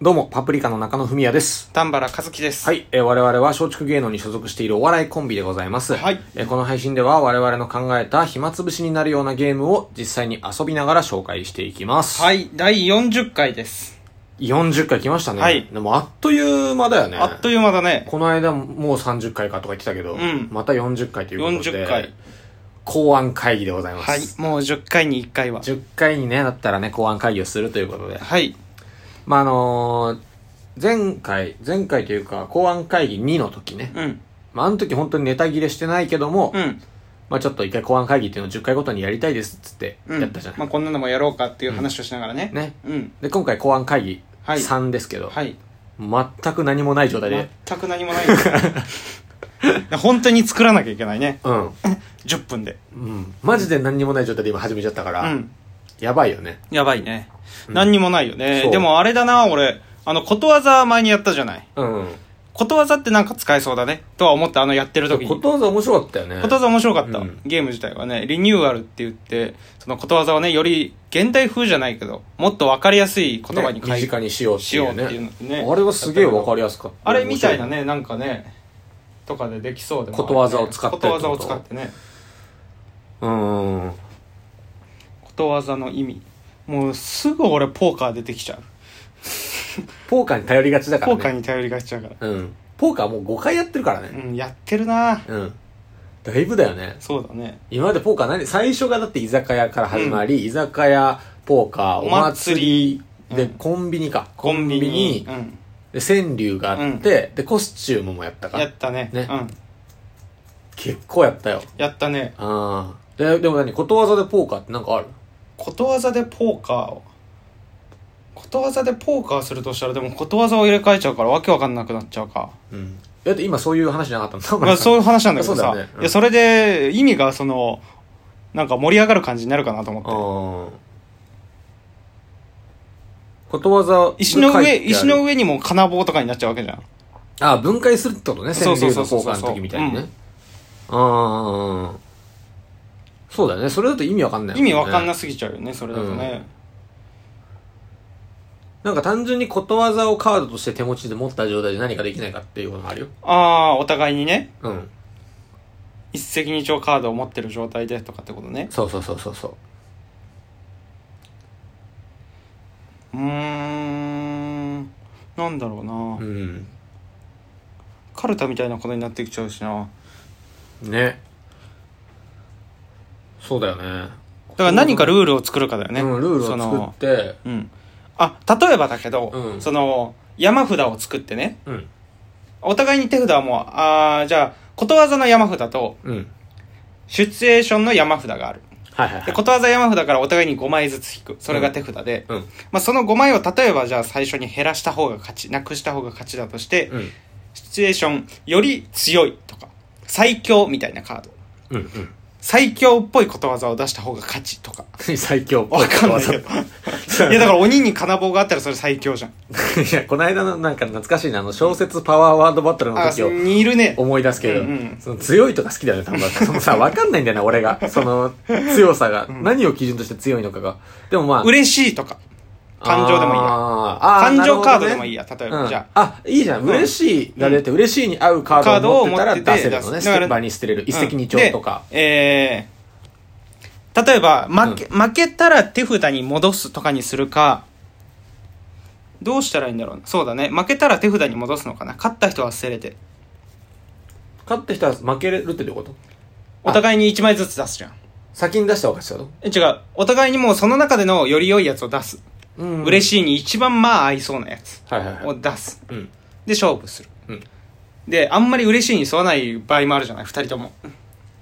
どうも、パプリカの中野文也です。丹原和樹です。。はいい、えー我々は松竹芸能に所属しているお笑いコンビでございます。はいえーこの配信では我々の考えた暇つぶしになるようなゲームを実際に遊びながら紹介していきます。い。はい、第40回です。 40回来ましたね。はいでもあっという間だよね。あっという間だね。この間もう30回かとか言ってたけど、うんまた40回ということで、 40回。公安会議でございます。はい、もう10回に1回は。 10回にね、だったらね、公安会議をするということで。はい。まあ、あのー前回、前回というか、公安会議2の時ね、うん。まあ、あの時本当にネタ切れしてないけども、うん。まあちょっと一回公安会議っていうのを10回ごとにやりたいですっつってうん。やったじゃない。まあ、こんなのもやろうかっていう話をしながらね。ね。うん。で、今回公安会議はい3ですけど、はい。全く何もない状態で、全く何もないです。 本当に作らなきゃいけないね。うん。 10分で。うん。マジで何にもない状態で今始めちゃったかうら、ん。やばいよね。やばいね。何にもないよそね。うでもあれだな、俺。あの、ことわざ前にやったじゃない。うん。ことわざってなんか使えそうだね。とは思って、あの、やってる時に。ことわざ面白かったよね。ことわざ面白かった、うんゲーム自体はねリニューアルって言ってそのことわざをねより現代風じゃないけどもっと分かりやすい言葉にね身変え近にしようってしいよううっていうねの。ってねあれはすげえわかりやすかった。あれみたいなねなんかねとかでできそうでもあるねことわざを使ってってことことわざを使ってね面白い。うん。ことわざの意味もうすぐ俺ポーカー出てきちゃう、ポーカーに頼りがちだかポらーカーね。に頼りがちちゃうからうん。ポーカーもう5回やってるからね。うんやってるなうん。だいぶだよね。そうだね今までポーカー何最初がだって居酒屋から始まり、居酒屋、ポーカー、おお祭祭り、りで、うんコンビニか。コンビニコニうん、で、川柳があって、で、コスチュームもやったかやらっ。たねねうん結構やったよ。やったねあーで、でも何ことわざでポーカーってなんかあることわざでポーカーをことわざでポーカーするとしたらでもことわざを入れ替えちゃうからわけわかんなくなっちゃうか、うん。だって今そういう話じゃなかったの まあ、そういう話なんだけどそうさだよねうんいやそれで意味がそのなんか盛り上がる感じになるかなと思ってあーことわざ石のが書いて上ある石の上にも金棒とかになっちゃうわけじゃんあー分解するってことね。そ川うそ柳うのそうそう交換の時みたいにね。ああ。そうだよね。それだと意味わかんない意もね、味わかんなすぎちゃうよねそれだとね、なんか単純にことわざをカードとして手持ちで持った状態で何かできないかっていうこともあるよ。ああお互いにねうん。一石二鳥カードを持ってる状態でとかってことねそうそうそうそうそう。うーんなんだろうな、うん。カルタみたいなことになってきちゃうしなね。そうだよね。だから何かルールを作るかだよね。うん、ルールそをの作って、うん。あ、例えばだけど、うんその、山札を作ってね、うん。お互いに手札はもう、あーじゃあ、ことわざの山札と、うん。シチュエーションの山札がある。はいはいはで、い。ことわざ山札からお互いに5枚ずつ引く。それが手札で、うん。まあ、その5枚を例えばじゃあ最初に減らした方が勝ち、なくした方が勝ちだとして、うん。シチュエーション、より強いとか、最強みたいなカード。うん。うん。最強っぽいことわざを出した方が勝ちとか。 最強っぽわいこかんとなわいざ。けど。いやだから鬼に金棒があったらそれ最強じゃん。 いや、この間のなんか懐かしいな、あの、小説パワーワードバトルのあ、時をにいるね。思い出すけど、うんうんその強いとか好きだよね、多分。 そのさ、わかんないんだよな、俺が。その、強さが、何を基準として強いのかが。でもまあ、嬉しいとか。感情でもいいやや。感情カードでもいいや。例えば、うん、じゃあ。あ、いいじゃん。うん嬉しいが出て、嬉しいに合うカードを持ってたらカー出ドを持ってせてるのね。出す捨だかてら場に捨てれる。一石二鳥とか。うんでえー例えば、負け、負けたら手札に戻すとかにするか、どうしたらいいんだろうな。そうだね。負けたら手札に戻すのかな。勝った人は捨てれて。勝った人は負けるってどういうことお互いに1枚ずつ出すじゃん。先に出したおかしいだろえ違う。お互いにもうその中でのより良いやつを出す。うん嬉しい。しいに一番まあ合いそうなやつはいはいはをい。出す。うん。で、勝負する。うん。で、あんまり嬉しいに沿わない場合もあるじゃない、二人とも。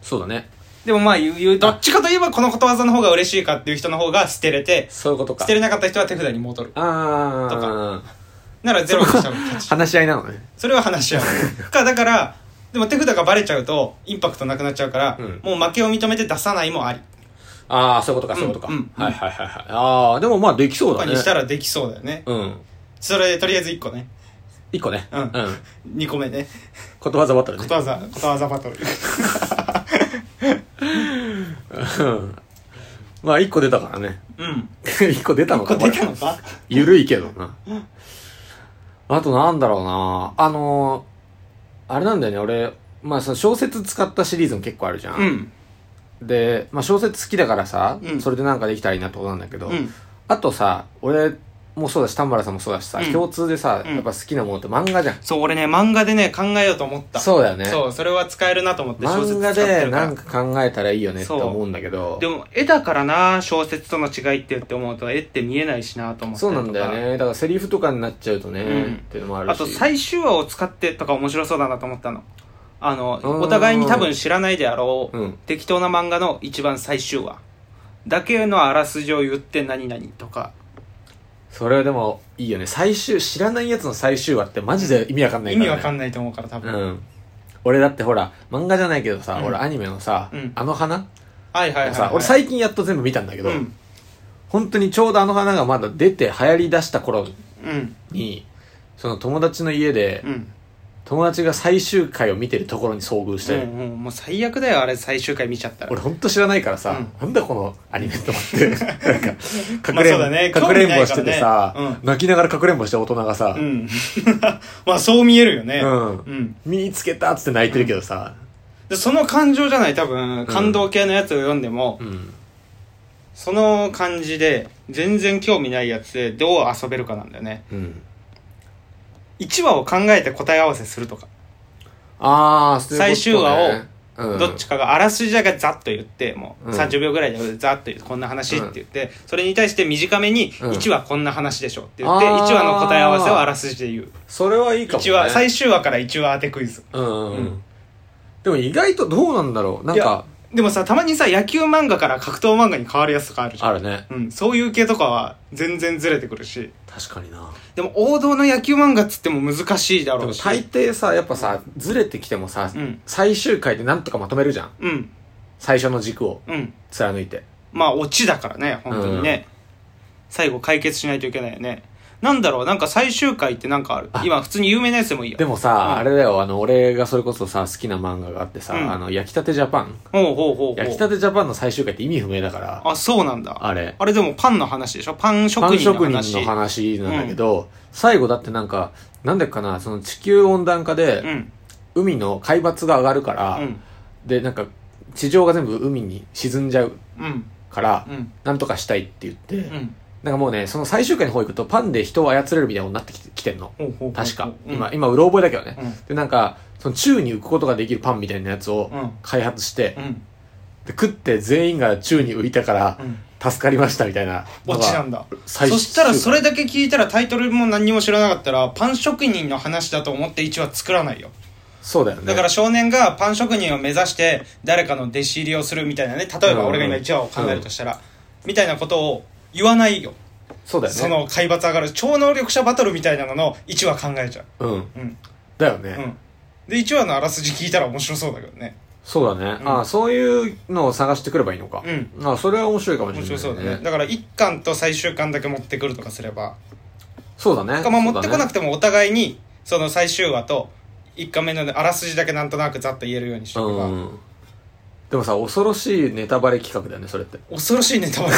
そうだね。でもまあ言う言う、どっちかといえばこのことわざの方が嬉しいかっていう人の方が捨てれて、そういうことか。捨てれなかった人は手札に戻る。あとー。ならゼロに したら勝ち。話し合いなのね。それは話し合う。か、だから、でも手札がバレちゃうと、インパクトなくなっちゃうから、うんもう負けを認めて出さないもあり。あー、そういうことか、そういうことか。うんうんはいはいはいはい。あー、でもまあできそうとだかね。にしたらできそうだよね。うん。それ、とりあえず1個ね。一個ね。うんうん。 2個目 ね。ことわざバトルねこ。とわざ、ことわざバトル。うん。ま あ一個出たからね。 うん。一個出たのこかれ出たのかゆるいけどな。あとなんだろうなあのーあれなんだよね、俺、まあその小説使ったシリーズも結構あるじゃ。うんん。で、まあ小説好きだからさ、うんそれでなんかできたらいいなってことなんだけど、うん。あとさ、俺もそうだし、田村さんもそうだしさ、うん共通でさ、うんやっぱ好きなものって漫画じゃん。そう、俺ね、漫画でね、考えようと思った。そうだよね。そう、それは使えるなと思って小説使漫画ってでるかならん。か考えたらいいよねってそう思うんだけどで、も、絵だからな、小説との違いってって思うと、絵って見えないしなと思って。そうなんだよ。ね。だからセリフとかになっちゃうとね、うんっていうのもあるし。あと、最終話を使ってとか面白そうだなと思ったの。あの、うんお互いに多分知らないであろう、うん適当な漫画の一番最終話。だけのあらすじを言って何々とか。それはでもいいよね。最終、知らないやつの最終話ってマジで意味わかんない意から、ね。味わかんないと思うから、多分。うん。俺だってほら、漫画じゃないけどさ、うん俺アニメのさ、うんあの花はいはいはい、さ、俺最近やっと全部見たんだけど、うん。本当にちょうどあの花がまだ出て流行り出した頃うん。に、その友達の家で、うん。友達が最終回を見てるところに遭遇して、うんうん、もう最悪だよ、あれ最終回見ちゃったら。俺ほんと知らないからさ、うんなんだこのアニメと思 って、なんか、まあそうだねかくれんぼしててさ、興味ないからね泣きながらかくれんぼした大人がさう、ん。 まあそう見えるよね。うんうん。見つけたっつって泣いてるけどさ、で、その感情じゃない、多分、感動系のやつを読んでも、うんその感じで、全然興味ないやつでどう遊べるかなんだよね。うん。 1話を考えて答え合わせするとか。ああ、そういうことね最終話を、うんどっちかがあらすじだけざっと言って、もううん30秒ぐらいでざっと言って、こんな話って言って、それに対して短めに、うん1話こんな話でしょって言って、1あー話の答え合わせをあらすじで言う。それはいいかも、ね。 1話、最終話から1話当てクイズ。うんうんうん、うんでも意外とどうなんだろうなんいやか、でもさ、たまにさ、野球漫画から格闘漫画に変わるやつとかあるじゃん。あるね。うん、そういう系とかは全然ずれてくるし。確かにな。でも王道の野球漫画っつっても難しいだでろもうし。大抵さ、やっぱさ、ずれてきてもさ、うん最終回でなんとかまとめるじゃん。うん、最初の軸をうん。貫いて。まあ、オチだからね、本当にね。最後解決しないといけないよね。なんだろう、なんか最終回ってなんかある。今、普通に有名なやつでもいいよ。でもさ、うんあれだよ、あの、俺がそれこそさ、好きな漫画があってさ、うんあの、焼きたてジャパン。ほうほうほう焼きほう。たてジャパンの最終回って意味不明だから、あ、そうなんだ。あれ。あれでもパンの話でしょパン職パン人の職話。人の話なんだけど、最後だってなんか、なんでかな、その地球温暖化で、うん。海の海抜が上がるから、うん。で、なんか、地上が全部海に沈んじゃううん。から、うん。なんとかしたいって言って、うん。なんかもうね、その最終回の方行くと、パンで人を操れるみたいなことになってきてきてんの。ほうほうほうほう確か。うん今、今、うろ覚えだけどね。うで、なんか、その宙に浮くことができるパンみたいなやつをうん開発して、ん。うん。で食って全員が宙に浮いたからうん、助かりましたみたいなオのが。チなんだそ最終したらそれだけ聞いたらタイトルも何にも知らなかったらパン職人の話だと思って1話作らないよそうだよね。だから少年がパン職人を目指して誰かの弟子入りをするみたいなね例えば俺が今1話を考えるとしたら、みたいなことを言わないよ、そうだよね。その海抜上がる超能力者バトルみたいなのの1話考えちゃうん。ううんだよね。うんで1話のあらすじ聞いたら面白そうだけどねそうだね。うんああ、そういうのを探してくればいいのか。うんああ、それは面白いかもしれ面ない、白そうだねだから1巻と最終巻だけ持ってくるとかすればそうだね。まあ、持ってこなくて。てもお互いにその最終話と1巻目のあらすじだけなんとなくざっと言えるようにしておけば、うん。でもさ、恐ろしいネタバレ企画だよね、それって。恐ろしいネタバレ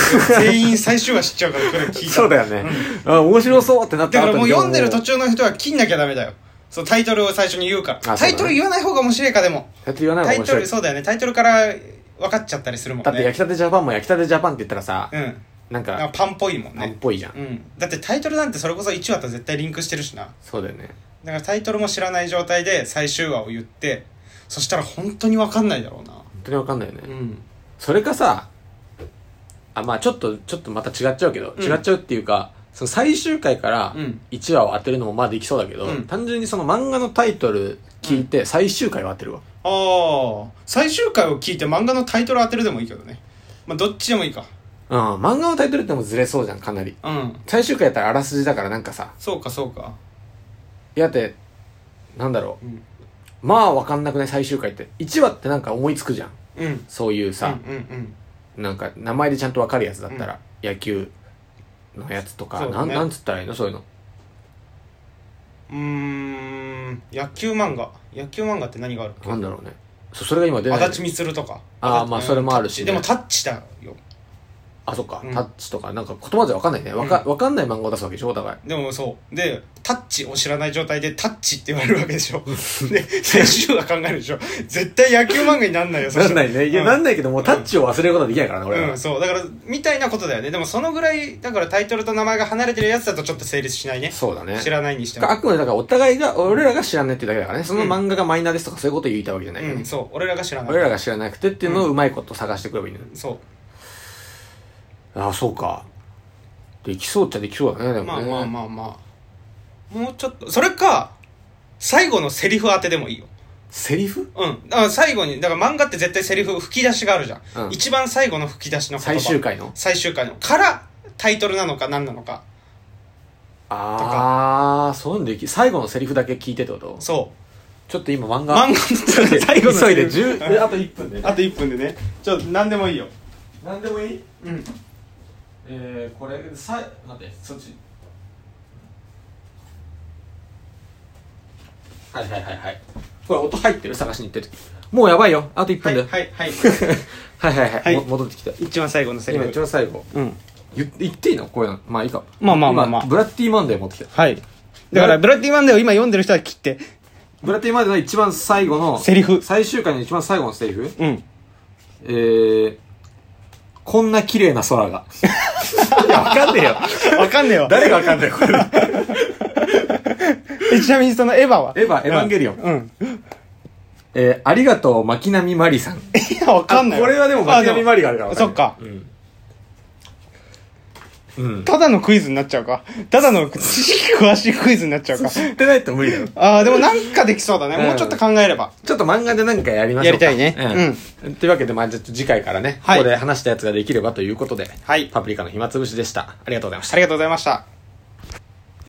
全員最終話知っちゃうからこれ聞いたそうだよね。あ、面白そうってなっただからもう後に読んでる途中の人は切んなきゃダメだよそうタイトルを最初に言うからあそうだタねイトル言わない方が面白いかでもだって言わない方タがイ面ト白いル。そうだよねタイトルから分かっちゃったりするもんねだって焼きたてジャパンも焼きたてジャパンって言ったらさ、うんなんなんかか、パンっぽいもんパンっねぽいじゃんう。んだってタイトルなんてそれこそ1話と絶対リンクしてるしなそうだよね。だからタイトルも知らない状態で最終話を言ってそしたら本当に分かんないだろうな本当にわかんないよね。んそれかさ、あ、まあちょっと、ちょっとまた違っちゃうけど、うん違っちゃうっていうか、その最終回からうん1話を当てるのもまあできそうだけど、うん単純にその漫画のタイトル聞いて最終回を当てるわ。ああ最終回を聞いて漫画のタイトル当てるでもいいけどねまあどっちでもいいかうん、漫画のタイトルってもうずれそうじゃん、かなり。うん最終回やったらあらすじだからなんかさ、そうかそうかいやだって、なんだろう。うんまあわかんなくない最終回って。1話ってなんか思いつくじゃん。うんそういうさ、うんうんうんなんか名前でちゃんとわかるやつだったら、野球のやつとか、そうだなねんなんつったらいいのそういうのうーん野球漫画野球漫画って何があるっけなんだろうねそそれが今出ない足立みつるとかあー足立まあそれもあるしねうんタッチでもタッチだよあ、そっか、うんタッチとか、なんか言葉じゃわかんないね。わか、わかんない漫画を出すわけでしょ、お互い。でもそう。で、タッチを知らない状態でタッチって言われるわけでしょ。 で、選手が考えるでしょ。絶対野球漫画になんないよ、そなしんたならいね。いや、うんなんないけど、もうタッチを忘れることはできないからね、俺は。うん、そう。だから、みたいなことだよね。でもそのぐらい、だからタイトルと名前が離れてるやつだとちょっと成立しないね。そうだね。知らないにしても。あくまでだからお互いが、俺らが知らないっていうだけだからね。そのうん漫画がマイナーですとかそういうこと言いたいわけじゃないようねん、。そう。俺らが知らない。俺らが知らなくてっていうのをうまいこと探してくればいいの、ねそああ、そうか。できそうっちゃできそうだね、でう。もまあね。まあまあまあ。もうちょっと、それか、最後のセリフ当てでもいいよ。セリフうん。だから最後に、だから漫画って絶対セリフ、吹き出しがあるじゃん。うん一番最後の吹き出しの言葉。最終回の最終回の。から、タイトルなのか何なのか。ああ、そういうのでき、最後のセリフだけ聞いてってことそちょっと今漫う。画。漫画の最後 の急セいリでフ10、えあと1分で。あと1分でね。ちょっと何でもいいよ。なんでもいいうん。えー、これ、さ、待って、そっち。はいはいはいはい。これ音入ってる探しに行ってる。もうやばいよ。あと1は分い、で。はい、はい。 はいはいはい。はもい戻ってきた。一番最後のセリ今一フ。番最後。うん。言言っていいのこういうの。まあいいか。まあまあまあまあ今ブラッディマンデー持ってきた。はい。だから、ブラッディマンデーを今読んでる人は切って。ブラッディマンデーの一番最後の。セリフ最終回の一番最後のセリフうん。えー、こんな綺麗な空 が。いや、わかんねえよ。わかんねえよ。誰がわかんねえこれ。えちなみにそのエヴァはエヴァ、エヴァンゲリオン。うん。えー、ありがとう、巻波まりさん。いや、わかんない。あこれはでも巻波まりがあるからわんないそっかうん。うん。ただのクイズになっちゃうか。ただの知識詳しいクイズになっちゃうか。知ってないと無理だよ。ああ、でもなんかできそうだね。うんもうちょっと考えれば。ちょっと漫画でなんかやりましょうか。やりたいねうん。というわけで、まあ、ちょっと次回からね、はいここで話したやつができればということで、はいパプリカの暇つぶしでした。ありがとうございましたあ。りがとうございました。